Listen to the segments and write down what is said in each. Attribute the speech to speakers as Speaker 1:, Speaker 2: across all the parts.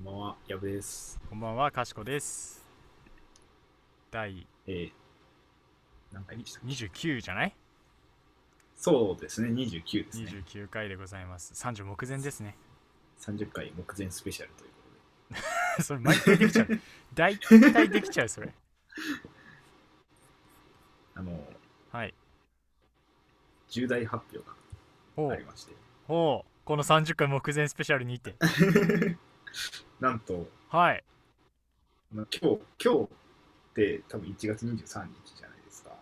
Speaker 1: んは、やぶです。
Speaker 2: こんばんは、かしこです。第
Speaker 1: えー、何回でしたっけ
Speaker 2: 29じゃない
Speaker 1: そうですね、29ですね。
Speaker 2: ?29 回でございます。30目前です ね。
Speaker 1: 30回目前スペシャルというこ
Speaker 2: それ毎回できちゃ う。大体できちゃう、それ。
Speaker 1: とで、あの、
Speaker 2: はい。
Speaker 1: 重大発表
Speaker 2: ほ
Speaker 1: があ
Speaker 2: う
Speaker 1: り、まして、
Speaker 2: ほう、この30回目前スペシャルにて。
Speaker 1: なんと、
Speaker 2: はい。
Speaker 1: あの今日、今日って多分1月23日じゃないですか。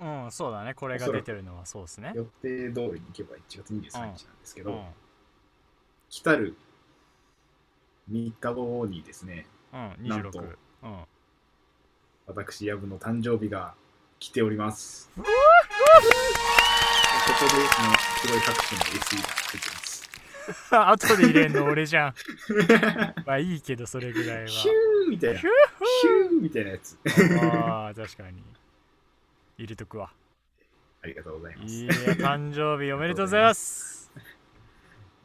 Speaker 2: うん、そうだね。これが出てるのはそうですね。
Speaker 1: 予定通りに行けば1月23日なんですけ
Speaker 2: う
Speaker 1: ど、
Speaker 2: ん。
Speaker 1: 来たる3日後にですね、
Speaker 2: うん、
Speaker 1: なんと
Speaker 2: 26。うん。
Speaker 1: 私、やぶの誕生日が来ております。ここで、あのすごい拍手の SE が出てます。
Speaker 2: 後で入れんの俺じゃん。 まあいいけど、それぐらいは。
Speaker 1: ヒューみたいな。
Speaker 2: ヒ
Speaker 1: ヒュ
Speaker 2: ュ
Speaker 1: ーみたいなやつ。
Speaker 2: ああ、確かに。入れとくわ。
Speaker 1: ありがとうございます。
Speaker 2: いいや、誕生日おめでとうございます。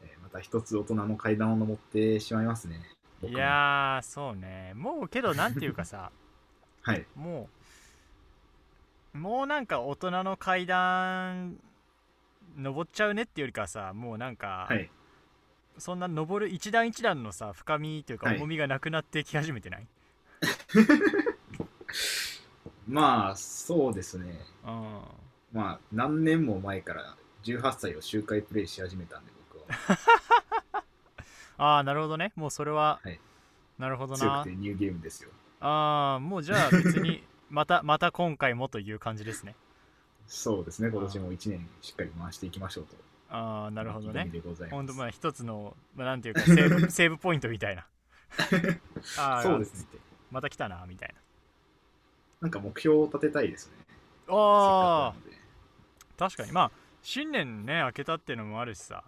Speaker 1: えーまた一つ大人の階段を登ってしまいますね。僕
Speaker 2: い
Speaker 1: も
Speaker 2: やー、そうね。もうけど、なんていうか さ、
Speaker 1: はい。
Speaker 2: もう、もうなんか大人の階段、登っちゃうねっていうよりかはさ、もうなんか、
Speaker 1: はい。
Speaker 2: そんな登る一段一段のさ、深みというか
Speaker 1: はい
Speaker 2: 重みがなくなってき始めてない、
Speaker 1: まあ、そうですね。
Speaker 2: うん。
Speaker 1: まあ、何年も前から18歳を周回プレイし始めたんで、僕 は。
Speaker 2: ああ、なるほどね。もうそれは、
Speaker 1: はい
Speaker 2: なるほど
Speaker 1: 強
Speaker 2: な
Speaker 1: く。てニューゲームですよ。
Speaker 2: ああ、もうじゃあ 別に、また、また今回もという感じですね。
Speaker 1: そうですね。今年も1年しっかり回していきましょうと。
Speaker 2: ああ、なるほどね
Speaker 1: 意。気込みでございます
Speaker 2: ほんとまあ一つの、まあ、なんていうかセー ブセーブポイントみたいなあー
Speaker 1: そうですね。
Speaker 2: また来たなみたい
Speaker 1: なんか目標を立てたいですね。
Speaker 2: なあ
Speaker 1: せっかくなので
Speaker 2: ー確かにまあ新年ね明けたっていうのもあるしさ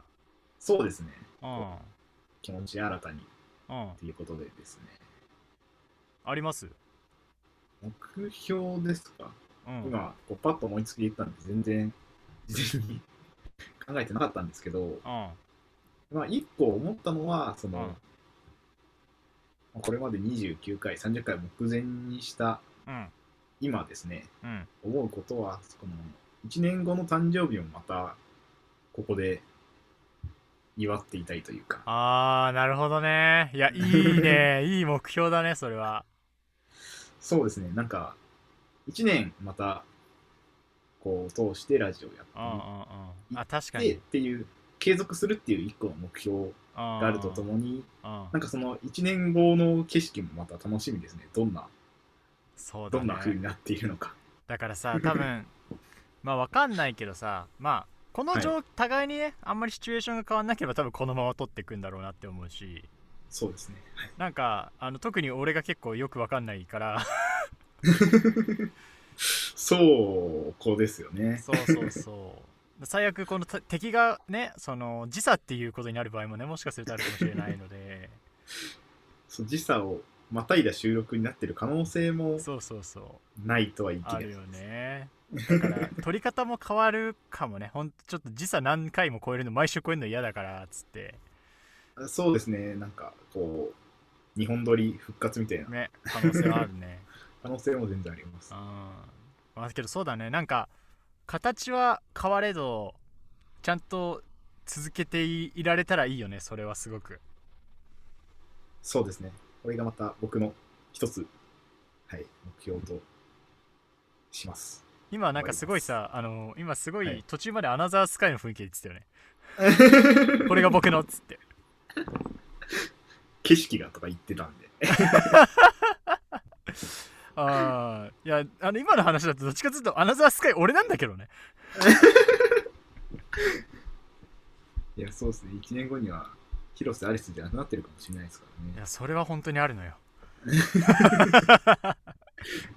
Speaker 1: そうですね。
Speaker 2: うん
Speaker 1: 気持ち新たに
Speaker 2: うん
Speaker 1: ということでですね。
Speaker 2: あります
Speaker 1: 目標ですか
Speaker 2: うん
Speaker 1: 今、こうパッと思いつきで言ったんで、全然、事前に考えてなかったんですけど、
Speaker 2: うん
Speaker 1: まあ、一個思ったのは、そ
Speaker 2: うん
Speaker 1: の、これまで29回、30回目前にした
Speaker 2: うん
Speaker 1: 今ですね、
Speaker 2: うん
Speaker 1: 思うことは、この、1年後の誕生日をまた、ここで、祝っていたいというか、
Speaker 2: ああなるほどねい やいいねいい目標だねそれは
Speaker 1: そうですね、なんか、1年また、こう、通してラジオやって
Speaker 2: うんうんうんあ確か
Speaker 1: で
Speaker 2: に
Speaker 1: っていう継続するっていう一個の目標
Speaker 2: が
Speaker 1: があるとともに
Speaker 2: うん
Speaker 1: なんかその1年後の景色もまた楽しみですねどんな
Speaker 2: そう
Speaker 1: ど
Speaker 2: だ
Speaker 1: んな風に
Speaker 2: ね
Speaker 1: なっているのか
Speaker 2: だからさ多分 まあわかんないけどさまあこの状、互いにねあんまりシチュエーションが変わんなければ多分このまま取っていくんだろうなって思うし
Speaker 1: そうですね
Speaker 2: なんかあの特に俺が結構よくわかんないから
Speaker 1: そうこうですよね
Speaker 2: そうそうそう最悪このた敵がねその時差っていうことになる場合もねもしかするとあるかもしれないので
Speaker 1: そう時差をまたいだ収録になってる可能性も
Speaker 2: そうそうそう
Speaker 1: ないとは言い切
Speaker 2: あ
Speaker 1: れ
Speaker 2: る
Speaker 1: ない
Speaker 2: よねだから取り方も変わるかもねほんとちょっと時差何回も超えるの毎週超えるの嫌だからっつって
Speaker 1: そうですねなんかこう日本撮り復活みたいな
Speaker 2: ね可能性はあるね
Speaker 1: 可能性も全然あります
Speaker 2: うんまあけどそうだねなんか形は変われどちゃんと続けていいられたらいいよねそれはすごく
Speaker 1: そうですねこれがまた僕の一つはい目標とし ます
Speaker 2: 今なんかすごいさあの今すご
Speaker 1: はいい
Speaker 2: 途中までアナザースカイの雰囲気で言ってたよね、これが僕のっつって
Speaker 1: 景色がとか言ってたんで。
Speaker 2: ああいやあの今の話だとどっちかというとアナザースカイ俺なんだけどね
Speaker 1: いや、そうですね。1年後には、広瀬アリスじゃなくなってるかもしれないですか
Speaker 2: い
Speaker 1: らね。
Speaker 2: やそれは本当にあるのよ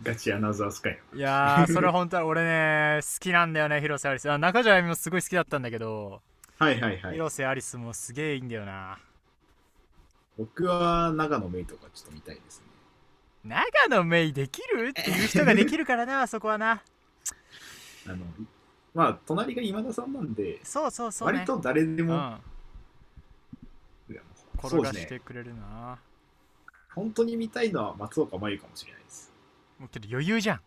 Speaker 1: ガチアナザースカイ。
Speaker 2: いや ーそれは本当は俺ね好きなんだよね広瀬アリスあ中条あやみもすごい好きだったんだけど、
Speaker 1: はいはいはい。
Speaker 2: 広瀬アリスもすげえいいんだよな
Speaker 1: 僕は長野メイとかちょっと見たいですね。
Speaker 2: 長野メイできるっていう人ができるからな あそこはな
Speaker 1: あの、いまあ、隣が今田さんなんで、
Speaker 2: そうそうそう、ね、
Speaker 1: 割と誰で
Speaker 2: う
Speaker 1: も、
Speaker 2: ん、
Speaker 1: いやもう
Speaker 2: 転
Speaker 1: そ
Speaker 2: が
Speaker 1: うで
Speaker 2: し
Speaker 1: すね。
Speaker 2: てくれるな
Speaker 1: 本当に見たいのは松岡真優かもしれないです。
Speaker 2: もうけど余裕じゃん、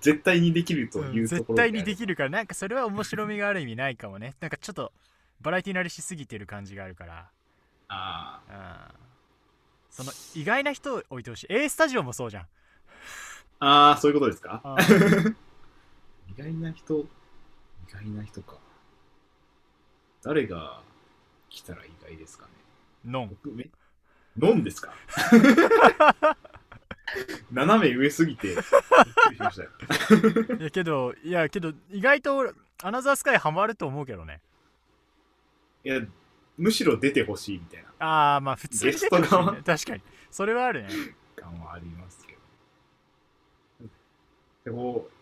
Speaker 1: 絶対にできると
Speaker 2: うん
Speaker 1: いうと
Speaker 2: 絶
Speaker 1: ころ
Speaker 2: 対にで
Speaker 1: る。
Speaker 2: きるからなんかそれは面白みがある意味ないかもね なんかちょっとバラエティ慣れしすぎてる感じがあるから
Speaker 1: あ
Speaker 2: うんその意外な人を置いてほしい A スタジオもそうじゃん
Speaker 1: ーあー、そういうことですか
Speaker 2: あ
Speaker 1: 意外な人、意外な人か。誰が来たら意外ですかね。
Speaker 2: ノン
Speaker 1: 僕めノンですか 斜め上すぎて、びっくりしましたよ。
Speaker 2: いやけどいやけど意外と俺アナザースカイハマると思うけどね
Speaker 1: いや、むしろ出てほしいみたいな
Speaker 2: ああまあ普通に出てほしい
Speaker 1: ゲスト
Speaker 2: ね
Speaker 1: 側
Speaker 2: 確かにそれはあるね
Speaker 1: 感はありますけど。でこう、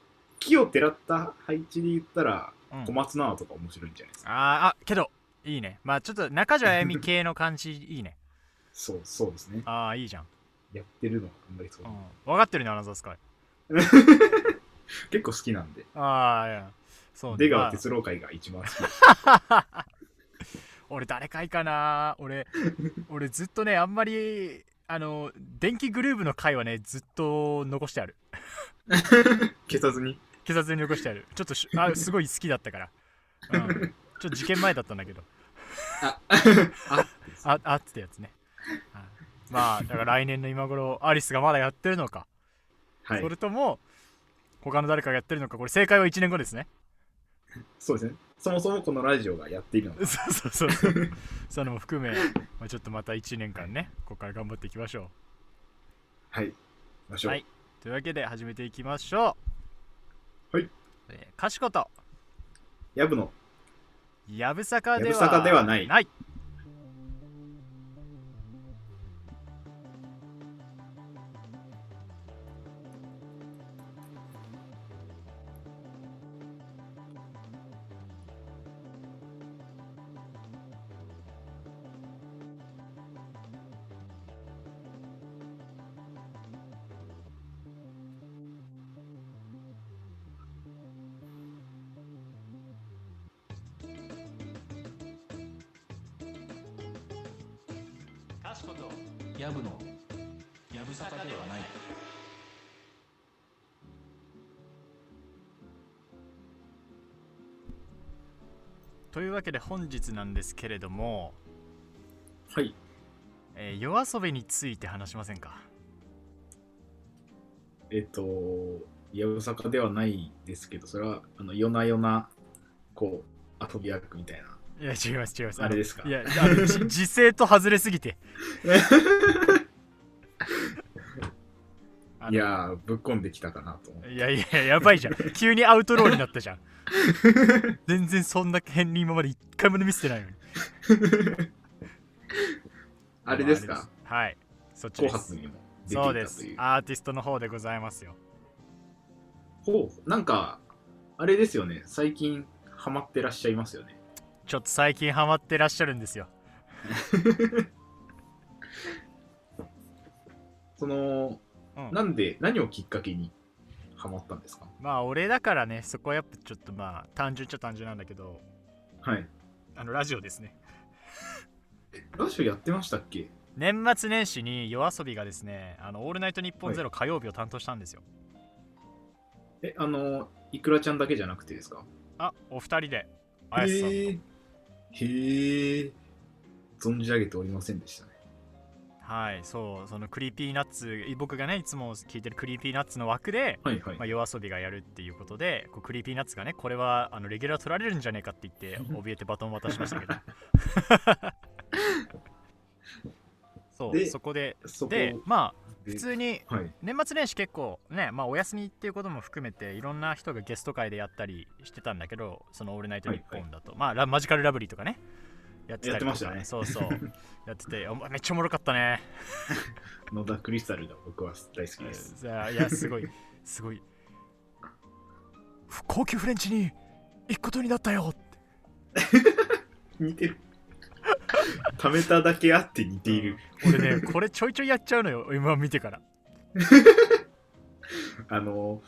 Speaker 1: 木をてらった配置で言ったら、
Speaker 2: うん
Speaker 1: 小松菜奈とか面白いんじゃないですか。
Speaker 2: あーあけどいいねまあちょっと中条あやみ系の感じいいね
Speaker 1: そう、そうですね。
Speaker 2: ああいいじゃん、
Speaker 1: やってるのが頑張りそう
Speaker 2: うん、分かってるねアナザースカイ
Speaker 1: 結構好きなんで。
Speaker 2: ああいやそうね
Speaker 1: 出川
Speaker 2: まあ
Speaker 1: 哲郎会が一番好き。
Speaker 2: 俺誰かいいかな 俺俺ずっとねあんまりあの電気グルーヴの回はねずっと残してある
Speaker 1: 消さずに。
Speaker 2: 警察に残してあるちょっとしあすごい好きだったから、うん、ちょっと事件前だったんだけど
Speaker 1: あ、あ、
Speaker 2: ああっつってやつね、はいまあだから来年の今頃アリスがまだやってるのか、
Speaker 1: はい
Speaker 2: そ。れとも他の誰かがやってるのかこれ正解は1年後です ね
Speaker 1: そうですね。そもそもこのラジオがやっているの
Speaker 2: そう
Speaker 1: が
Speaker 2: そうそうそうそういうのも含め、まあ、ちょっとまた1年間ねここから頑張っていきましょ
Speaker 1: はい。行きましょう。
Speaker 2: はいいうというわけで始めていきましょう
Speaker 1: はい
Speaker 2: えーかしこと
Speaker 1: やぶの
Speaker 2: やぶさかでは
Speaker 1: やぶさかではない
Speaker 2: ない
Speaker 3: かしことやぶのやぶさかではない
Speaker 2: というわけで本日なんですけれども、
Speaker 1: はい。
Speaker 2: えー夜遊びについて話しませんか
Speaker 1: えっ、と、やぶさかではないですけど、それは、あの、夜な夜な、こう、遊び役みたいな。
Speaker 2: いや違います違います
Speaker 1: あれですか
Speaker 2: いやあのじ時勢と外れすぎてあの
Speaker 1: いやー、ぶっこんできたかなと思う。
Speaker 2: いやいやや ばいじゃん急にアウトローになったじゃん全然そんな片鱗今まで一回も見せてないのに
Speaker 1: あれですか
Speaker 2: はいそっちで
Speaker 1: 紅
Speaker 2: す
Speaker 1: 白にも出
Speaker 2: そう
Speaker 1: てい
Speaker 2: で
Speaker 1: たと
Speaker 2: す
Speaker 1: いう。
Speaker 2: アーティストの方でございますよ
Speaker 1: ほう、なんか、あれですよね。最近、ハマってらっしゃいますよね。
Speaker 2: ちょっと最近ハマってらっしゃるんですよ
Speaker 1: その、
Speaker 2: うん
Speaker 1: なんで、何をきっかけにハマったんですか
Speaker 2: まあ俺だからねそこはやっぱちょっとまあ単純っちゃ単純なんだけど
Speaker 1: はい。
Speaker 2: あのラジオですね
Speaker 1: ラジオやってましたっけ
Speaker 2: 年末年始に夜遊びがですね「あのオールナイトニッポンゼロ火曜日を担当したんですよ、
Speaker 1: え、あの、いくらちゃんだけじゃなくてですか
Speaker 2: あお二人であやすさんと
Speaker 1: へーへえ。存じ上げておりませんでしたね。
Speaker 2: はいそうそのクリーピーナッツ僕がねいつも聞いてるクリーピーナッツの枠で、
Speaker 1: はいはい。
Speaker 2: まあ、夜遊びがやるっていうことでこうクリーピーナッツがねこれはあのレギュラー取られるんじゃねえかっ て言って怯えてバトン渡しましたけどそう
Speaker 1: で
Speaker 2: そこで
Speaker 1: そこ
Speaker 2: でまあ
Speaker 1: で
Speaker 2: 普通に
Speaker 1: はい。
Speaker 2: 年末年始結構ね、まあ、お休みっていうことも含めていろんな人がゲスト会でやったりしてたんだけどその「オールナイトニッポン」だと、まあラマジカルラブリーとかねやってたりとか
Speaker 1: やってましたね
Speaker 2: そうそうやっててお前めっちゃおもろかったね
Speaker 1: 野田クリスタルが僕は大好きです。
Speaker 2: いやすごいすごい高級フレンチに行くことになったよって
Speaker 1: 似てる。ためただけあって似ている。
Speaker 2: 俺ねこれちょいちょいやっちゃうのよ今見てから
Speaker 1: あの、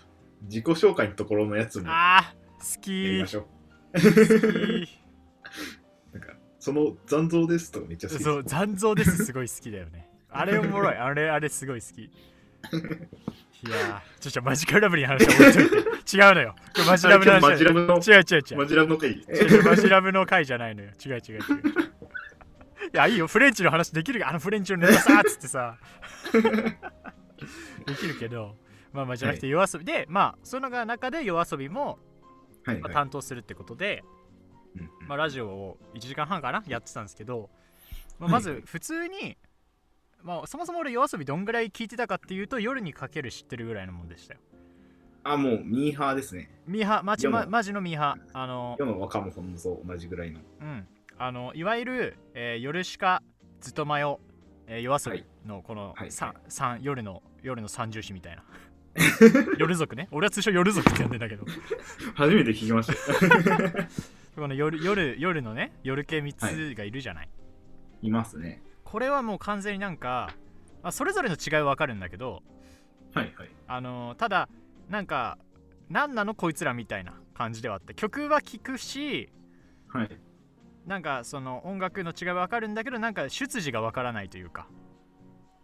Speaker 1: 自己紹介のところのやつもや
Speaker 2: あー好
Speaker 1: り
Speaker 2: き
Speaker 1: ましょう。
Speaker 2: 好き
Speaker 1: なんか、その残像ですとかめっちゃ好きです
Speaker 2: そう残像ですすごい好きだよねあれおもろい。あれ、あれすごい好き。いやー、ちょ、ちょ、マジカルラブリーの話は置いといて。違うのよ。これマジラブの話
Speaker 1: マジ
Speaker 2: じゃ
Speaker 1: ラ
Speaker 2: ない
Speaker 1: ブの、
Speaker 2: 違う違う違う
Speaker 1: マ。ジラブの回。
Speaker 2: 違う違うマジラブの回じゃないのよ。違う違う違う。いや、いいよ。フレンチの話できるよあのフレンチのネタさーっつっ てさ。できるけど、まあまあじゃなくて夜遊び、で、まあ、その中で夜遊びも、
Speaker 1: はい、
Speaker 2: まあ、
Speaker 1: はい。
Speaker 2: 担当するってことで、
Speaker 1: うんうん
Speaker 2: まあ、ラジオを1時間半かなやってたんですけど、まあ、
Speaker 1: は
Speaker 2: ま
Speaker 1: い
Speaker 2: ず普通に、まあ、そもそも俺夜遊びどんぐらい聞いてたかっていうと夜にかける知ってるぐらいのもんでしたよ
Speaker 1: あ、もうミーハーですね。
Speaker 2: ミーハーマジ
Speaker 1: 世の
Speaker 2: ママジのミーハーあの
Speaker 1: 世の若者と同じぐらいの。
Speaker 2: うんあのいわゆる、えー夜しかずっと迷う、えー、夜遊びのこの、
Speaker 1: はい
Speaker 2: さ
Speaker 1: はい
Speaker 2: さん夜の夜の三重視みた いな夜族ね俺は通称夜族って呼んでんだけど
Speaker 1: 初めて聞きました。
Speaker 2: この夜夜夜のね夜系3つがいるじゃない、
Speaker 1: いますね。
Speaker 2: これはもう完全になんか、まあ、それぞれの違いは分かるんだけど
Speaker 1: はいはい。
Speaker 2: あのただなんか何なのこいつらみたいな感じではあって曲は聴くし
Speaker 1: はい。
Speaker 2: なんかその音楽の違いは分かるんだけどなんか出自が分からないというか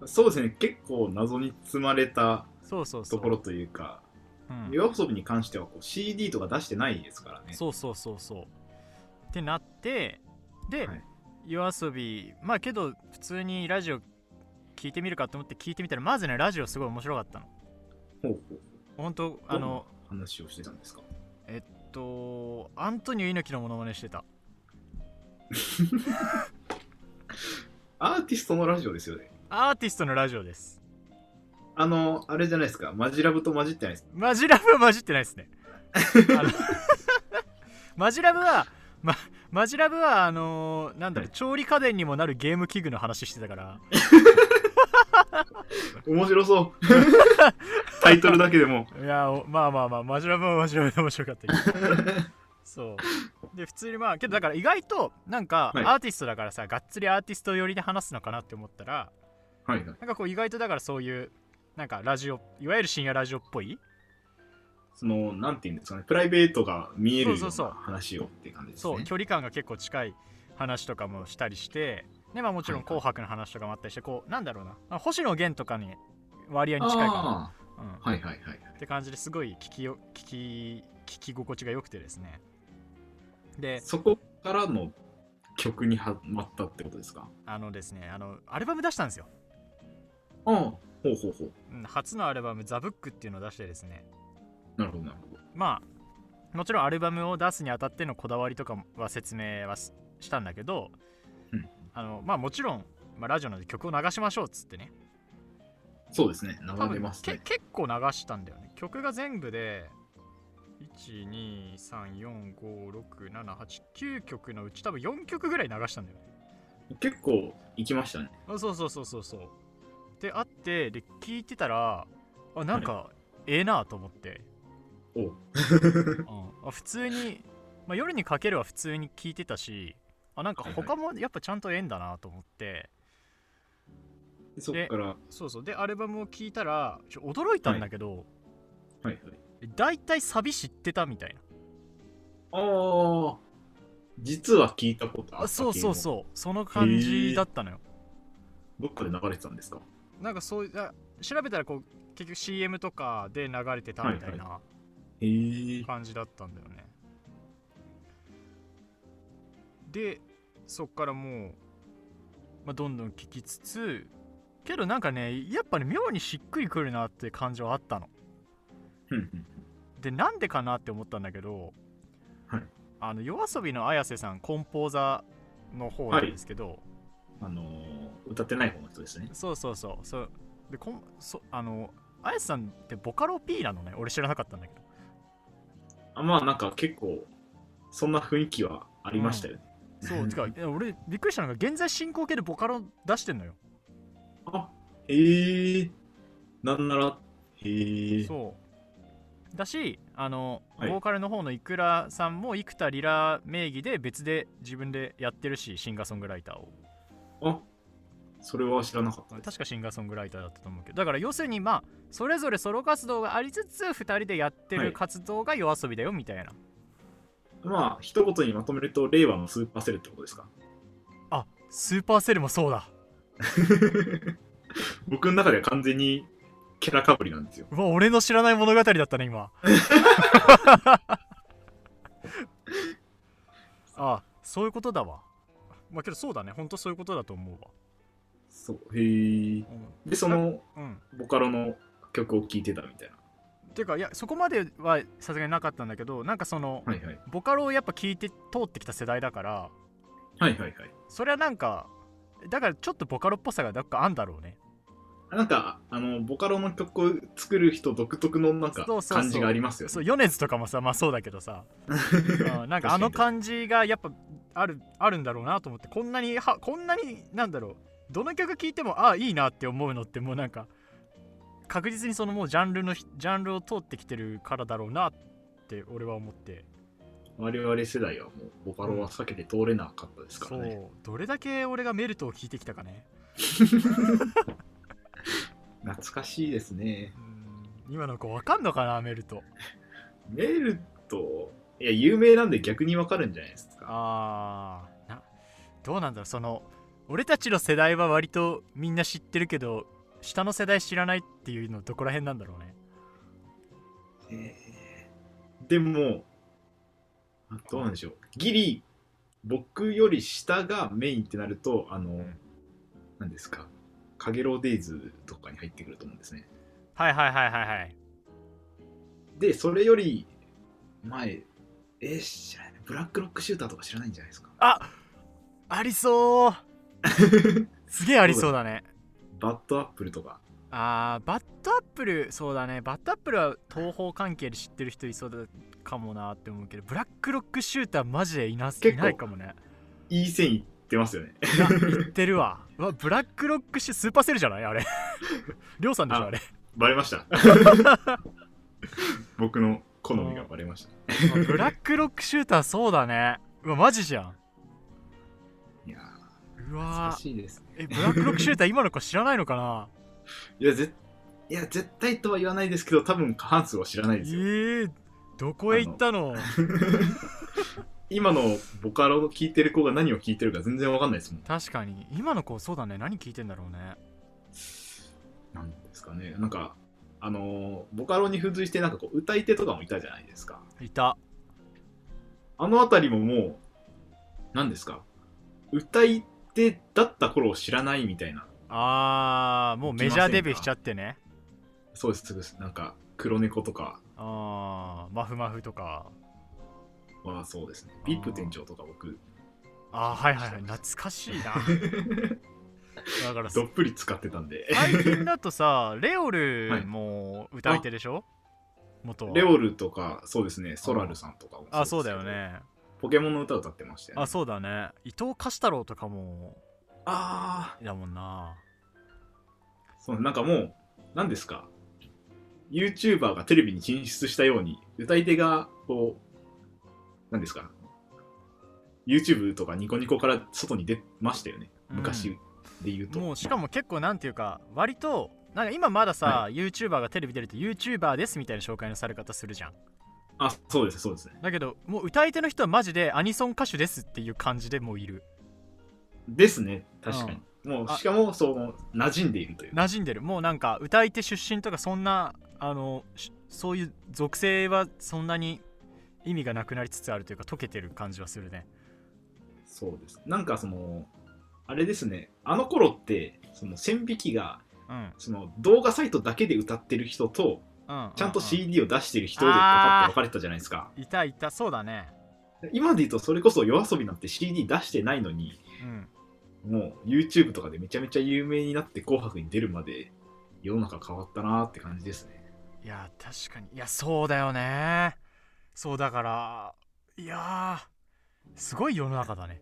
Speaker 1: そうですね。結構謎に積まれた
Speaker 2: そうそうそ
Speaker 1: と
Speaker 2: う
Speaker 1: ころというか、
Speaker 2: うん
Speaker 1: 夜遊びに関してはこう CD とか出してないですからね。
Speaker 2: そうそうそうそうってなってで、
Speaker 1: はい
Speaker 2: 夜遊びまあけど普通にラジオ聞いてみるかと思って聞いてみたらまずねラジオすごい面白かったの
Speaker 1: ほうほう。
Speaker 2: 本当あの
Speaker 1: 話をしてたんですか
Speaker 2: えっとアントニオ猪木のモノマネしてた
Speaker 1: アーティストのラジオですよね。
Speaker 2: アーティストのラジオです
Speaker 1: あの、あれじゃないですか。マジラブと混じってないですか。
Speaker 2: マジラブは混じってないですね。あの マジラブは、ま、マジラブはあのーなんだろ
Speaker 1: は
Speaker 2: う、調理家電にもなるゲーム器具の話してたから、
Speaker 1: 面白 そう。タイトルだけでも。
Speaker 2: いやおまあまあまあマジラブはマジラブで面白かったけど そうで普通にまあけどだから意外となんか
Speaker 1: は
Speaker 2: ア
Speaker 1: い
Speaker 2: ーティストだからさ、がっつりアーティスト寄りで話すのかなって思ったら
Speaker 1: はいはい。
Speaker 2: なんかこう意外とだからそういうなんかラジオいわゆる深夜ラジオっぽい
Speaker 1: その、なんていうんですかね。プライベートが見えるよう
Speaker 2: そうそう
Speaker 1: な
Speaker 2: そう
Speaker 1: 話をっていう感じですね。
Speaker 2: そう距離感が結構近い話とかもしたりしてで、まあ、もちろん「
Speaker 1: はいはい
Speaker 2: 紅白」の話とかもあったりしてこうなんだろうなあ星野源とかに割合に近いか
Speaker 1: あ
Speaker 2: な、うん、っ
Speaker 1: ーはいはいはい。
Speaker 2: て感じですごい聞きよ聞き聞き心地が良くてですねで
Speaker 1: そこからの曲にはまったってことですか
Speaker 2: あのですねあのアルバム出したんですよ、
Speaker 1: うん。ほうほうほう。
Speaker 2: うん、初のアルバム「ザ・ブック」っていうのを出してですね
Speaker 1: なるほどなるほど。
Speaker 2: まあもちろんアルバムを出すにあたってのこだわりとかは説明はすしたんだけど、
Speaker 1: うん
Speaker 2: あのまあもちろん、まあ、ラジオなんで曲を流しましょうっつってね
Speaker 1: そうですね。
Speaker 2: 多
Speaker 1: 流れ
Speaker 2: 分
Speaker 1: ますね。
Speaker 2: け結構流したんだよね曲が全部で123456789曲のうち多分4曲ぐらい流したんだよね
Speaker 1: 結構行きましたね。
Speaker 2: あそうそうそうそうそうであってで聞いてたらあなんかええなと思って、
Speaker 1: おう
Speaker 2: うんあ普通に、まあ、夜にかけるは普通に聞いてたしあなんか他もやっぱちゃんとええんだなと思って、
Speaker 1: でそこから、は
Speaker 2: そうそうでアルバムを聞いたらちょ驚いたんだけど、
Speaker 1: いはい。
Speaker 2: 大体サビ知ってたみたいな
Speaker 1: ああ、実は聞いたことあった
Speaker 2: あそうそう
Speaker 1: う。
Speaker 2: そうその感じだったのよ、
Speaker 1: どっかで流れてたんですか
Speaker 2: なんかそういうあ調べたらこう結局 CM とかで流れてたみたいな
Speaker 1: へえ。
Speaker 2: 感じだったんだよね、でそっからもう、まあ、どんどん聞きつつけどなんかねやっぱね妙にしっくりくるなって感じはあったの
Speaker 1: うんうん
Speaker 2: でなんでかなって思ったんだけど、
Speaker 1: はい
Speaker 2: あの夜遊びの綾瀬さんコンポーザーの方なんですけど、
Speaker 1: あのー、歌ってない方の人ですね。
Speaker 2: そうそうそうそうでこんそあの綾瀬さんってボカロ P なのね俺知らなかったんだけど
Speaker 1: あまあなんか結構、そんな雰囲気はありましたよね。
Speaker 2: そうてかいや俺びっくりしたのが現在進行形でボカロ出してんのよ
Speaker 1: あへえ。なんなら、へえ。
Speaker 2: そうだしあの、
Speaker 1: はい
Speaker 2: ボーカルの方のいくらさんも幾田りら名義で別で自分でやってるしシンガーソングライターを
Speaker 1: あそれは知らなかったです。
Speaker 2: 確かシンガーソングライターだったと思うけどだから要するにまあそれぞれソロ活動がありつつ2人でやって
Speaker 1: は
Speaker 2: る
Speaker 1: い
Speaker 2: 活動が夜遊びだよみたいな、
Speaker 1: まあ、一言にまとめると、令和のスーパーセルってことですか。
Speaker 2: あスーパーセルもそうだ
Speaker 1: 僕の中では完全にキャラかぶりなんですよ。
Speaker 2: うわ俺の知らない物語だったね 今あそういうことだわまあけどそうだねほんとそういうことだと思うわ
Speaker 1: そう。へえ。で、その
Speaker 2: うん、うん、
Speaker 1: ボカロの曲を聴いてたみたいな。
Speaker 2: ていうかいやそこまではさすがになかったんだけどなんかその、
Speaker 1: はいはい。
Speaker 2: ボカロをやっぱ聞いて通ってきた世代だから
Speaker 1: はいはいはい。
Speaker 2: それはなんかだからちょっとボカロっぽさがなんかあんだろうね
Speaker 1: なんか、あの、ボカロの曲を作る人独特のなんか
Speaker 2: そうそうそう
Speaker 1: 感じがありますよね。
Speaker 2: そう米津とかもさまあそうだけど さ、うんなんかあの感じがやっぱあるあるんだろうなと思ってこんなにはこんなになんだろうどの曲聴いてもああいいなって思うのってもうなんか確実にそのもうジャンルのひジャンルを通ってきてるからだろうなって俺は思って
Speaker 1: 我々世代はもうボカロは避けて通れなかったですからね。
Speaker 2: そうどれだけ俺がメルトを聴いてきたかね
Speaker 1: 懐かしいですね。
Speaker 2: うん今の子わかんのかなメルト
Speaker 1: メルト、いや、有名なんで逆にわかるんじゃないですか。
Speaker 2: あーなどうなんだろうその俺たちの世代は割とみんな知ってるけど下の世代知らないっていうのどこら辺なんだろうね
Speaker 1: えーでも、あどうなんでしょう。ギリ、僕より下がメインってなると、あの、なんですか、カゲロウデイズとかに入ってくると思うんですね。
Speaker 2: はいはいはいはいはい
Speaker 1: で、それより前、えー、知らないブラックロックシューターとか知らないんじゃないですか。
Speaker 2: あありそう すげえありそうだね
Speaker 1: バッドアップルとか。
Speaker 2: あーバットアップルそうだねバットアップルは東方関係で知ってる人いそうだかもなって思うけどブラックロックシューターマジでいなす
Speaker 1: 結
Speaker 2: い
Speaker 1: 構
Speaker 2: ないかもね
Speaker 1: いい線いってますよね。
Speaker 2: いや言ってるわうわブラックロックシュスーパーセルじゃない あれりょうさんでしょあれ
Speaker 1: バレました。 僕の好みがバレました。
Speaker 2: あブラックロックシューターそうだねうわマジじゃん
Speaker 1: いやー、
Speaker 2: う
Speaker 1: 難
Speaker 2: わ
Speaker 1: しいですね。
Speaker 2: えブラックロックシューター今の子知らないのかない
Speaker 1: や、ぜいや絶対とは言わないですけど、多分過半数は知らない
Speaker 2: え
Speaker 1: ですよ。
Speaker 2: ー、どこへ行ったの
Speaker 1: 今のボカロを聴いてる子が何を聴いてるか全然わかんないですもん。
Speaker 2: 確かに今の子そうだね何聞いてんだろうね
Speaker 1: なんですかね。なんか、あのーボカロに付随してなんかこう歌い手とかもいたじゃないですか。
Speaker 2: いた
Speaker 1: あのあたりももう、なんですか、歌い手だった頃を知らないみたいな。
Speaker 2: あーもうメジャーデビューしちゃってね
Speaker 1: そうです、そうです。なんか、黒猫とか
Speaker 2: あーマフマフとか
Speaker 1: はそうですね。
Speaker 2: あー
Speaker 1: ビップ店長とか僕、
Speaker 2: あーはいはいはい懐かし いなだから
Speaker 1: どっぷり使ってたんで。
Speaker 2: 最近だとさレオルも歌い手でしょ、元は
Speaker 1: レオルとか、そうですね、ソラルさんとかも
Speaker 2: あ
Speaker 1: ですけど
Speaker 2: そうだよ。ね
Speaker 1: ポケモンの歌歌ってましたよね。
Speaker 2: あそうだね伊藤貸太郎とかも
Speaker 1: あ
Speaker 2: だもんな
Speaker 1: ーそうなんかもう、なんですか、YouTuber がテレビに進出したように、歌い手が、こう、なんですか、YouTube とかニコニコから外に出ましたよね、
Speaker 2: うん
Speaker 1: 昔で言うと。
Speaker 2: もうしかも結構なんていうか割となんか今まださ、YouTuber がテレビ出ると YouTuber ですみたいな紹介のされ方するじゃん
Speaker 1: あ、そうです、そうですね。
Speaker 2: だけどもう歌い手の人はマジでアニソン歌手ですっていう感じでもういる
Speaker 1: ですね、確かに。もう、
Speaker 2: あ
Speaker 1: しかも、そう、馴染んでいるという。
Speaker 2: 馴染んでるもうなんか歌い手出身とかそんなあのしそういう属性はそんなに意味がなくなりつつあるというか溶けてる感じはするね
Speaker 1: そうです。なんかその、あれですね、あの頃って、その線引きが、
Speaker 2: うん
Speaker 1: その動画サイトだけで歌ってる人と、
Speaker 2: うん
Speaker 1: ちゃんと
Speaker 2: うう
Speaker 1: CD を出してる人でパカって分かれてたじゃないですか。
Speaker 2: いたいたそうだね
Speaker 1: 今で言うとそれこそ夜遊びなんて CD 出してないのに、
Speaker 2: うん
Speaker 1: もう YouTube とかでめちゃめちゃ有名になって紅白に出るまで世の中変わったなーって感じですね。
Speaker 2: いや確かにいやそうだよねそうだからいやーすごい世の中だね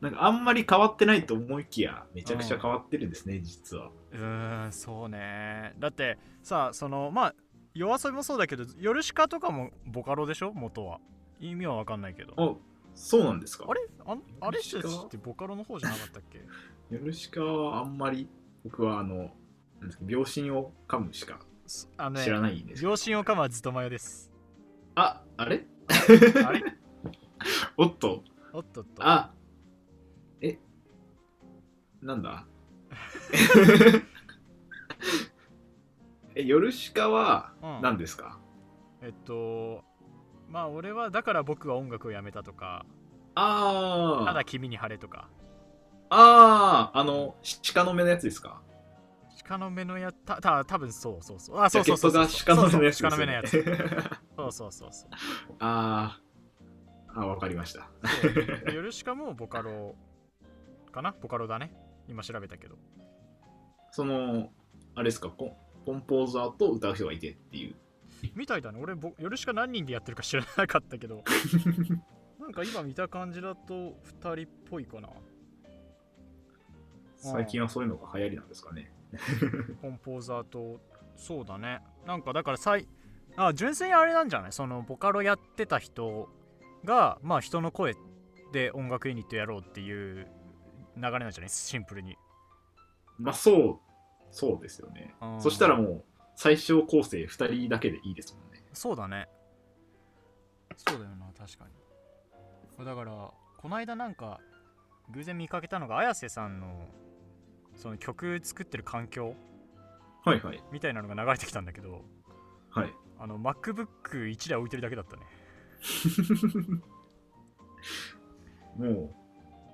Speaker 1: なんかあんまり変わってないと思いきや、めちゃくちゃ変わってるんですね、実は。
Speaker 2: うーんそうねだってさそのまあ夜遊びもそうだけどヨルシカとかもボカロでしょ元は意味は分かんないけど
Speaker 1: あ、そうなんですか。
Speaker 2: あれあんあれ
Speaker 1: ヨルシカ
Speaker 2: ってボカロの方じゃなかったっけ
Speaker 1: ヨルシカはあんまり僕はあの、なんですか秒針を噛むしか
Speaker 2: すあの
Speaker 1: 知ら
Speaker 2: ね
Speaker 1: ないんですけど、
Speaker 2: 両親をかまはずっとマヨです
Speaker 1: あ、あれ
Speaker 2: あれ
Speaker 1: おっと
Speaker 2: おっとっと
Speaker 1: あえなんだ え、ヨルシカは
Speaker 2: うん
Speaker 1: 何ですか、
Speaker 2: えっとまあ俺はだから僕は音楽をやめたとか
Speaker 1: あ
Speaker 2: た
Speaker 1: あ
Speaker 2: だ君に晴れとか
Speaker 1: あああの、鹿の目のやつですか
Speaker 2: 鹿の目のやたた多分そうそうそうあ
Speaker 1: ジ
Speaker 2: そ
Speaker 1: ャ
Speaker 2: う
Speaker 1: ケ
Speaker 2: そう
Speaker 1: ッ
Speaker 2: そ
Speaker 1: ト
Speaker 2: うそう
Speaker 1: が鹿の目のやつ
Speaker 2: そうそう鹿の目
Speaker 1: で
Speaker 2: のやつ
Speaker 1: すよね
Speaker 2: そうそうそうそう
Speaker 1: あーあ、わかりました。
Speaker 2: そうヨルシカもボカロかなボカロだね今調べたけど
Speaker 1: その、あれですか、コンコンポーザーと歌う人がいてっていう。
Speaker 2: みたいだね俺ボヨルシカ何人でやってるか知らなかったけ どなんか今見た感じだと2人っぽいかな
Speaker 1: 最近はそういうのが流行りなんですかね。
Speaker 2: コンポーザーとそうだねなんかだからさいあ純粋にあれなんじゃないそのボカロやってた人がまあ人の声で音楽ユニットやろうっていう流れなんじゃないシンプルに
Speaker 1: まあ、そう、そうですよね。そしたらもう、最小構成2人だけでいいですもんね。
Speaker 2: そうだねそうだよな確かにこれだからこの間なんか偶然見かけたのが綾瀬さんのその曲作ってる環境
Speaker 1: はいはい。
Speaker 2: みたいなのが流れてきたんだけど
Speaker 1: はい。
Speaker 2: あの MacBook1 台置いてるだけだったね
Speaker 1: も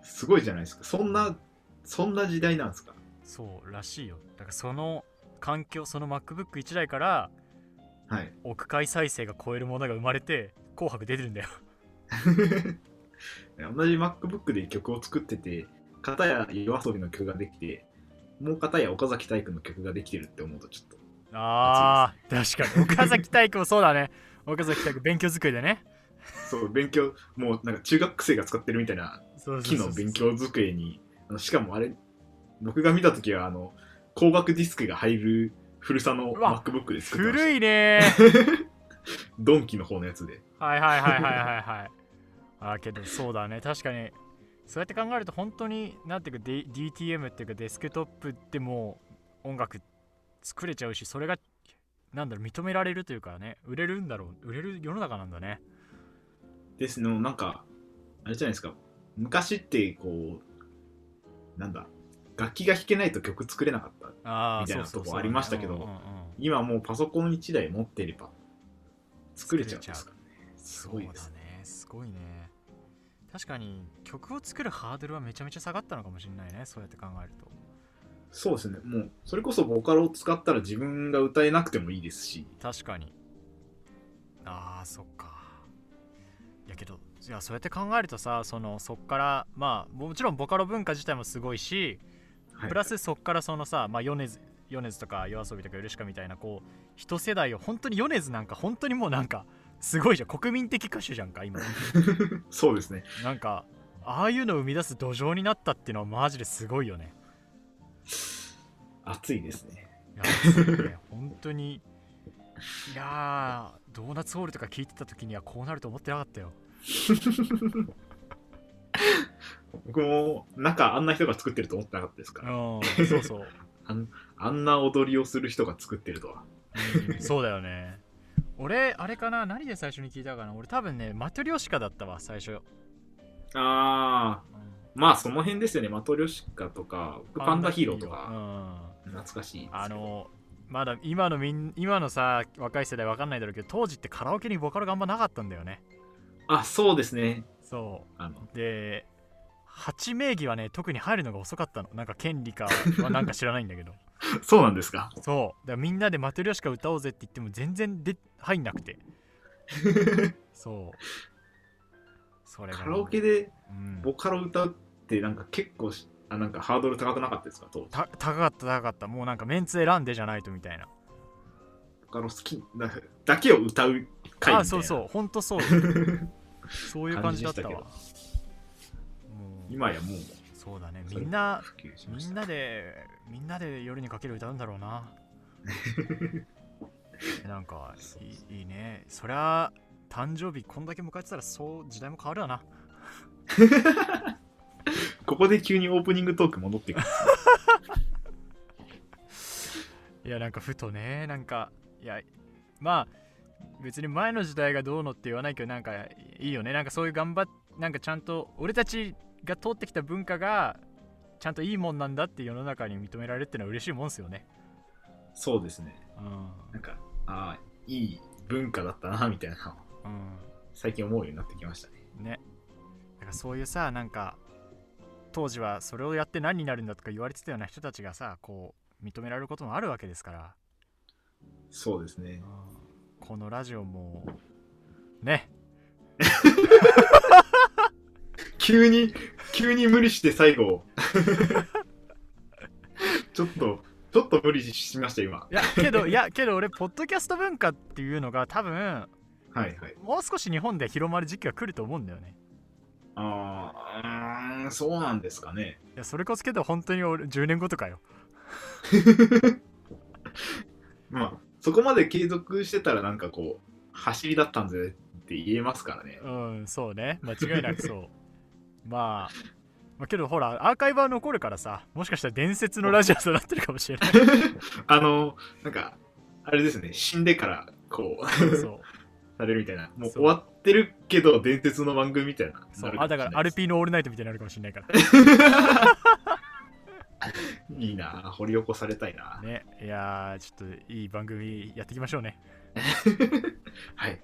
Speaker 1: う、すごいじゃないですか。そんな、そんな時代なんですか。
Speaker 2: そうらしいよだからその環境その MacBook1 台から
Speaker 1: はい。
Speaker 2: 億回再生が超えるものが生まれて「紅白」出てるんだよ
Speaker 1: 同じ MacBook で曲を作ってて、片や夜遊びの曲ができて、もう片や岡崎体育の曲ができてるって思うとちょっと。
Speaker 2: あー確かに岡崎体育もそうだね岡崎体育勉強机でね
Speaker 1: そう、勉強、もうなんか中学生が使ってるみたいな
Speaker 2: そうそ
Speaker 1: 木
Speaker 2: うそう
Speaker 1: の勉強机に、あのしかもあれ、僕が見たときは、あの、光学ディスクが入る古さの
Speaker 2: うわ
Speaker 1: MacBook で作ってました。
Speaker 2: 古いね
Speaker 1: ドンキの方のやつで。
Speaker 2: はいはいはいはいはいはいあーけどそうだね確かにそうやって考えると本当になんていうか、D、DTM っていうかデスクトップでもう音楽作れちゃうしそれがなんだろう認められるというかね売れるんだろう売れる世の中なんだね
Speaker 1: ですの、なんか、あれじゃないですか、昔ってこう、なんだ、楽器が弾けないと曲作れなかった。
Speaker 2: あー
Speaker 1: みたいな
Speaker 2: そうそう
Speaker 1: と
Speaker 2: そう
Speaker 1: こありましたけど
Speaker 2: うんうんうん
Speaker 1: 今もうパソコン1台持ってれば作れちゃうんですからね。す
Speaker 2: そ
Speaker 1: ご
Speaker 2: う
Speaker 1: い
Speaker 2: だ
Speaker 1: ですね。
Speaker 2: ねすごいね確かに曲を作るハードルはめちゃめちゃ下がったのかもしれないねそうやって考えると
Speaker 1: そうですね。もう、それこそボカロを使ったら自分が歌えなくてもいいですし、
Speaker 2: 確かにあーそっかいやけどいやそうやって考えるとさそのそっからまあもちろんボカロ文化自体もすごいし、
Speaker 1: はい
Speaker 2: プラスそっからそのさ、まあ、米津米津とか夜遊びとかヨルシカみたいなこう一世代を本当に米津なんか本当にもうなんかすごいじゃん国民的歌手じゃん か今
Speaker 1: そうですね。
Speaker 2: なんかああいうのを生み出す土壌になったっていうのはマジですごいよね
Speaker 1: 熱いですね。
Speaker 2: いやすごいね本当にいやードーナツホールとか聞いてた時にはこうなると思ってなかったよ
Speaker 1: 僕も、中あんな人が作ってると思ってなかったですから。
Speaker 2: うんそうそう、
Speaker 1: あんあんな踊りをする人が作ってるとは。
Speaker 2: うんそうだよね俺あれかな何で最初に聞いたかな俺多分ねマトリョシカだったわ最初、
Speaker 1: ああ、まあその辺ですよね。マトリョシカとか、僕パンダヒーローとか、懐かしいですけ
Speaker 2: うん、
Speaker 1: ど
Speaker 2: あ、のまだ今のみん今のさ若い世代わかんないだろうけど当時ってカラオケにボカロがあんまなかったんだよね
Speaker 1: あ、そうですね。
Speaker 2: そう
Speaker 1: あの、
Speaker 2: で8名義はね特に入るのが遅かったのなんか権利かはなんか知らないんだけど
Speaker 1: そうなんですか。
Speaker 2: そうだからみんなでマトリョシカ歌おうぜって言っても全然で入んなく てそうそれがね
Speaker 1: カラオケで
Speaker 2: うん
Speaker 1: ボカロ歌うってなんか結構しあなんかハードル高くなかったですか当時
Speaker 2: た高かった高かったもうなんかメンツ選んでじゃないとみたいな
Speaker 1: ボカロ好きなだけを歌う回みたいな
Speaker 2: あそうそうほんと そうそういう感じだった
Speaker 1: 感
Speaker 2: わ
Speaker 1: じ
Speaker 2: も
Speaker 1: で
Speaker 2: う
Speaker 1: 今やもう
Speaker 2: そうだね
Speaker 1: そ
Speaker 2: み
Speaker 1: れ
Speaker 2: んな
Speaker 1: 普及しま
Speaker 2: み
Speaker 1: し
Speaker 2: ん
Speaker 1: た
Speaker 2: なでみんなで夜にかける歌うんだろう ななんかいいいいねそりゃ誕生日こんだけ迎えてたらそう時代も変わるわな
Speaker 1: ここで急にオープニングトーク戻ってくる
Speaker 2: いやなんかふとねなんかいやまあ別に前の時代がどうのって言わないけどなんかいいよねなんかそういう頑張っなんかちゃんと俺たちが通ってきた文化がちちゃんといいもんなんだって世の中に認められるってのは嬉しいもんですよね。
Speaker 1: そうですね。
Speaker 2: うん。
Speaker 1: なんか、ああ、いい文化だったな、みたいな、最近思うようになってきましたね。
Speaker 2: うん、ね。だからそういうさ、なんか、当時はそれをやって何になるんだとか言われてたような人たちがさ、こう、認められることもあるわけですから、
Speaker 1: そうですね。
Speaker 2: このラジオも、ね。
Speaker 1: 急に、急に無理して最 後。ちょっと、ちょっと無理しました、今。
Speaker 2: いや、けど、いや、けど俺、ポッドキャスト文化っていうのが多分、
Speaker 1: はいはい。
Speaker 2: もう少し日本で広まる時期が来ると思うんだよね。
Speaker 1: ああ、うーんそうなんですかね。
Speaker 2: いや、それこそけど、本当に俺、10年後とかよ。
Speaker 1: まあ、そこまで継続してたら、なんかこう、走りだったんぜって言えますからね。
Speaker 2: うん、そうね。間違いなくそう。 まあ、まあ、けどほら、アーカイブは残るからさ、もしかしたら伝説のラジオとなってるかもしれない。
Speaker 1: あの、なんか、あれですね、死んでから、こう、
Speaker 2: そう。
Speaker 1: されるみたいな。もう
Speaker 2: そう
Speaker 1: 終わってるけど、伝説の番組みたいな。
Speaker 2: そう
Speaker 1: なる
Speaker 2: あだから、ア
Speaker 1: もしれないで
Speaker 2: ル
Speaker 1: す
Speaker 2: ピーのオールナイトみたいになるかもしれないから。
Speaker 1: いいなあ掘り起こされたいな、
Speaker 2: ね。いやー、ちょっといい番組やっていきましょうね。
Speaker 1: はい。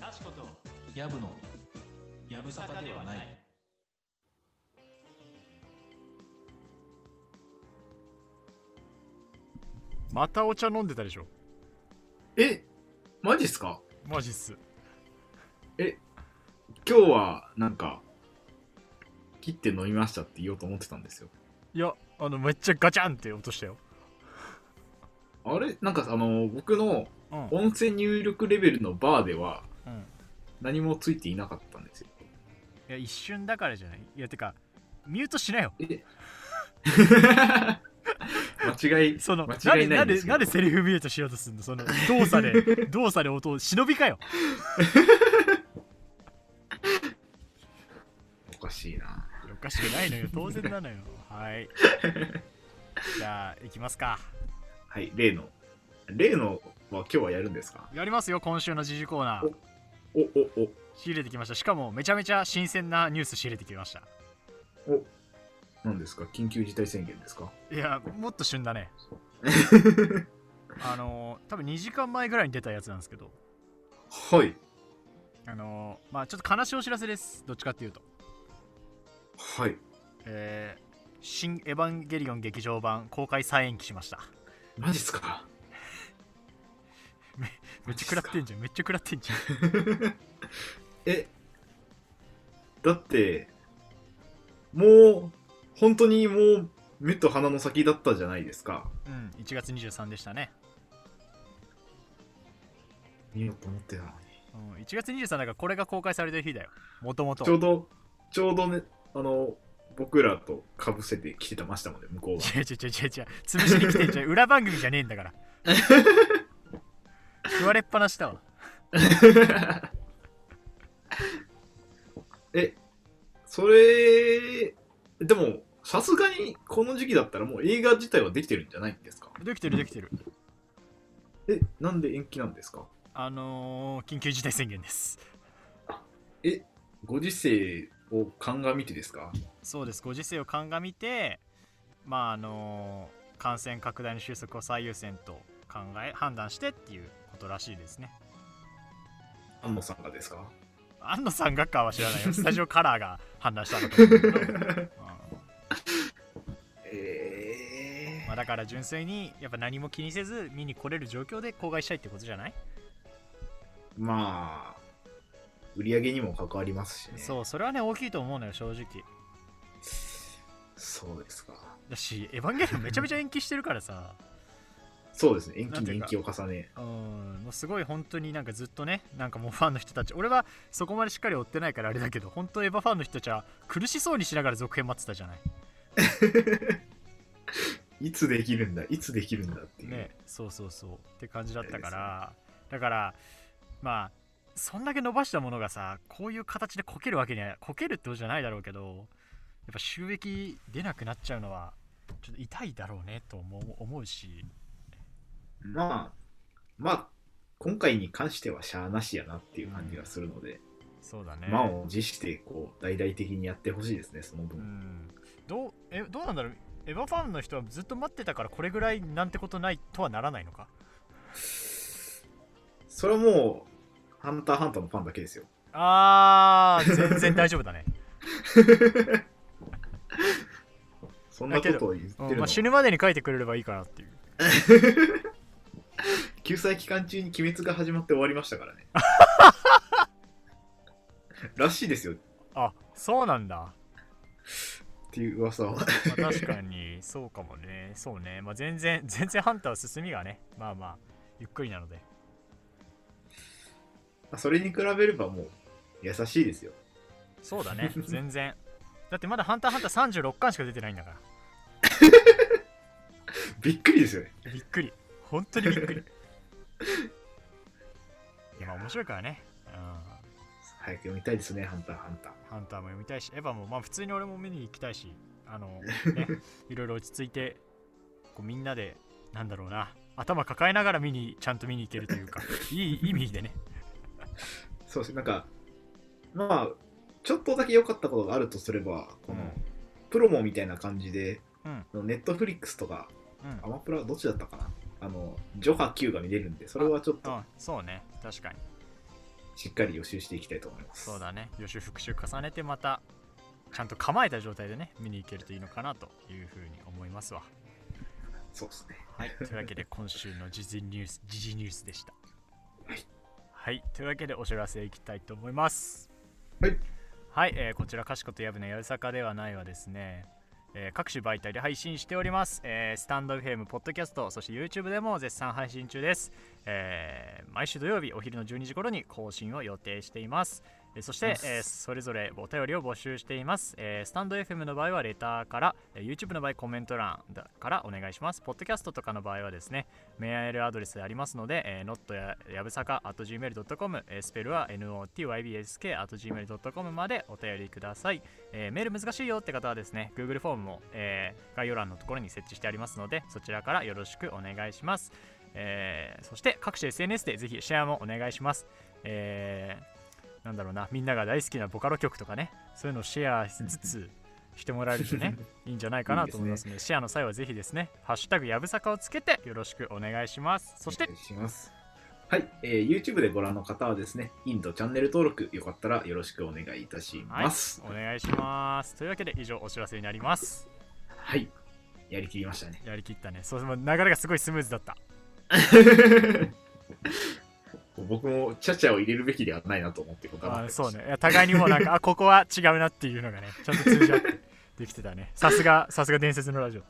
Speaker 3: かしことやぶのやぶさかではない
Speaker 2: またお茶飲んでたでしょ。
Speaker 1: え、マジっすか
Speaker 2: マジっす。
Speaker 1: 今日は、なんか、切って飲みましたって言おうと思ってたんですよ。
Speaker 2: いや、あの、めっちゃガチャンって落としたよ。
Speaker 1: あれなんか、あの、僕の
Speaker 2: うん。
Speaker 1: 音声入力レベルのバーでは、
Speaker 2: うん、
Speaker 1: 何もついていなかったんですよ。
Speaker 2: いや、一瞬だからじゃない。いや、てか、ミュートしなよ。
Speaker 1: え間違い、
Speaker 2: その、
Speaker 1: 間違いない
Speaker 2: なんんで、
Speaker 1: ですけど
Speaker 2: なんでなんでセリフミュートしようとするのその、動作で、動作で音を、忍びかよ。
Speaker 1: おかしいな。
Speaker 2: おかしくないのよ当然なのよはいじゃあ行きますか
Speaker 1: はい、例の。例のは今日はやるんですか
Speaker 2: やりますよ今週の時事コーナー
Speaker 1: お、お、お、
Speaker 2: 仕入れてきましたしかもめちゃめちゃ新鮮なニュース仕入れてきました
Speaker 1: 何ですか緊急事態宣言ですか
Speaker 2: いやもっと旬だねあのー多分2時間前ぐらいに出たやつなんですけど
Speaker 1: はい。
Speaker 2: あのーまあちょっと悲しいお知らせですどっちかっていうと
Speaker 1: はい。
Speaker 2: えー新エヴァンゲリオン劇場版公開再延期しました
Speaker 1: マジっすか
Speaker 2: めっちゃ食らってんじゃんめっちゃ食らってんじゃん
Speaker 1: えだってもう本当にもう目と鼻の先だったじゃないですか
Speaker 2: うん1月23でしたね、
Speaker 1: 見ようと思ってたのに
Speaker 2: うん、1月23だからこれが公開されてる日 だよもともと
Speaker 1: ちょうどちょうどねあの僕らとかぶせてきてたましたもんね向こうが
Speaker 2: 違う違う違う違う違う潰しに来てんじゃん裏番組じゃねえんだから 食われっぱなしだわ
Speaker 1: えそれでもさすがにこの時期だったらもう映画自体はできてるんじゃないんですか
Speaker 2: できてるできてる
Speaker 1: えなんで延期なんですか
Speaker 2: あのー緊急事態宣言です
Speaker 1: ご時世を鑑みてですか
Speaker 2: そうですご時世を鑑みてまああのー感染拡大の収束を最優先と考え判断してっていうことらしいですね
Speaker 1: 安野さんがですか
Speaker 2: 安野さんがかは知らないよスタジオカラーが判断したんだと思うけど、 うん
Speaker 1: え
Speaker 2: まあ、だから純粋にやっぱ何も気にせず見に来れる状況で公開したいってことじゃない
Speaker 1: ーまあ、売り上げにも関わりますしね。
Speaker 2: そうそれはね大きいと思うのよ正直
Speaker 1: そうですか。
Speaker 2: だしエヴァンゲリオン めちゃめちゃ延期してるからさ
Speaker 1: そうですね。延
Speaker 2: な
Speaker 1: 期
Speaker 2: んてい
Speaker 1: に延
Speaker 2: うか
Speaker 1: 期を重ね。
Speaker 2: うんもうすごい本当になんかずっとねなんかもうファンの人たち俺はそこまでしっかり追ってないからあれだけど本当エヴァファンの人たちは苦しそうにしながら続編待ってたじゃない
Speaker 1: いつできるんだいつできるんだっていう。
Speaker 2: ね、そうそうそうって感じだったから、だからまあそんだけ伸ばしたものがさこういう形でこけるわけにはこけるってことじゃないだろうけどやっぱ収益出なくなっちゃうのはちょっと痛いだろうねと思う思うし
Speaker 1: まあ、まあ、今回に関してはしゃあなしやなっていう感じがするので、
Speaker 2: そうだね、
Speaker 1: 満を持して、こう、大々的にやってほしいですね、その
Speaker 2: う
Speaker 1: 分。
Speaker 2: ん、どうえどうなんだろうエヴァファンの人はずっと待ってたからこれぐらいなんてことないとはならないのか
Speaker 1: それはもう、ハンターハンターのファンだけですよ。
Speaker 2: あー全然大丈夫だね、
Speaker 1: そんなことを言って
Speaker 2: うん
Speaker 1: るの
Speaker 2: まあ、
Speaker 1: は、
Speaker 2: 死ぬまでに書いてくれればいいかなっていう
Speaker 1: 救済期間中に鬼滅が始まって終わりましたから ね。らしいですよっ
Speaker 2: あそうなんだ
Speaker 1: ていう噂は。
Speaker 2: まあ、確かにそうかもねそうね、まあ、全然全然ハンターは進みがねまあまあゆっくりなので
Speaker 1: それに比べればもう、優しいですよ。
Speaker 2: そうだ ね全然だってまだハンターハンター36巻しか出てないんだか
Speaker 1: びっくりですよね。
Speaker 2: らびっくり本当にびっくりいやまあ面白いからね、うん、
Speaker 1: 早く読みたいですね、ハンターハンター。
Speaker 2: ハンターも読みたいしエヴァもまあ普通に俺も見に行きたいしあの ねいろいろ落ち着いてこうみんなでなんだろうな頭抱えながら見にちゃんと見に行けるというかいい意味でね
Speaker 1: そうですね、なんか、まあ、ちょっとだけ良かったことがあるとすれば、この、
Speaker 2: うん
Speaker 1: プロモみたいな感じで、
Speaker 2: うん
Speaker 1: ネットフリックスとか、
Speaker 2: うん
Speaker 1: アマプラ、どっちだったかなあの、ジョハ Q が見れるんで、それはちょっ
Speaker 2: う
Speaker 1: と
Speaker 2: んそうね確かに
Speaker 1: しっかり予習していきたいと思います。
Speaker 2: そうだね予習復習重ねてまたちゃんと構えた状態でね見に行けるといいのかなというふうに思いますわ
Speaker 1: そうですね。
Speaker 2: はいというわけで今週の時事ニュース時事ニュースでした
Speaker 1: はい、
Speaker 2: はい、というわけでお知らせいきたいと思います
Speaker 1: はい
Speaker 2: はい、えーこちらかしことやぶのやぶさかではないはですねえー各種媒体で配信しております、えースタンド FM、ポッドキャスト、そして YouTube でも絶賛配信中です、えー毎週土曜日お昼の12時頃に更新を予定していますえーそして、えーそれぞれお便りを募集しています、えースタンド FM の場合はレターから、えー YouTube の場合コメント欄だからお願いしますポッドキャストとかの場合はですねメールアドレスでありますので、えー、not ややぶさか at gmail.com、えースペルは notybsk at gmail.com までお便りください、えーメール難しいよって方はですね Google フォームも、えー概要欄のところに設置してありますのでそちらからよろしくお願いします、えーそして各種 SNS でぜひシェアもお願いします、えーなんだろうなみんなが大好きなボカロ曲とかねそういうのをシェアしつつしてもらえるとねいいんじゃないかなと思いますのでシェアの際はぜひですね「ハッシュタグやぶさか」をつけてよろしくお願いしますそして
Speaker 1: お願いします。はい、えー YouTube でご覧の方はですね、インドチャンネル登録、よかったらよろしくお願いいたします。
Speaker 2: お願いしますというわけで以上お知らせになります
Speaker 1: はい、やりきりま したね。
Speaker 2: やりきったねそうもう流れがすごいスムーズだった
Speaker 1: 僕もチャチャを入れるべきではないなと思って頑張って
Speaker 2: あ
Speaker 1: ました
Speaker 2: そうねいや互いにもなんかあここは違うなっていうのがねちゃんと通じ合ってできて たねさすがさすが伝説のラジオ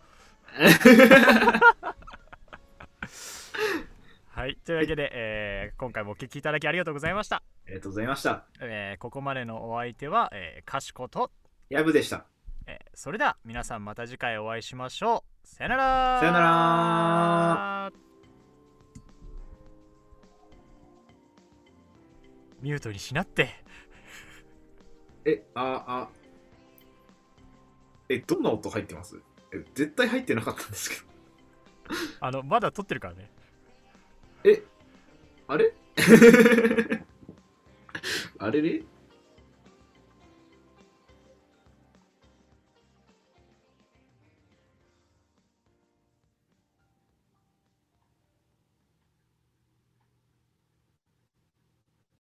Speaker 2: はいというわけで、えー今回もお聞きいただきありがとうございました、
Speaker 1: ありがとうございました。
Speaker 2: えーここまでのお相手は、えー、かしこと、
Speaker 1: ヤブでした。
Speaker 2: えーそれでは皆さんまた次回お会いしましょうさよなら
Speaker 1: さよなら
Speaker 2: ミュートにしなって
Speaker 1: え、あ、あ。え、どんな音入ってますえ、絶対入ってなかったんですけど。
Speaker 2: あのまだ撮ってるからね
Speaker 1: あれあれれ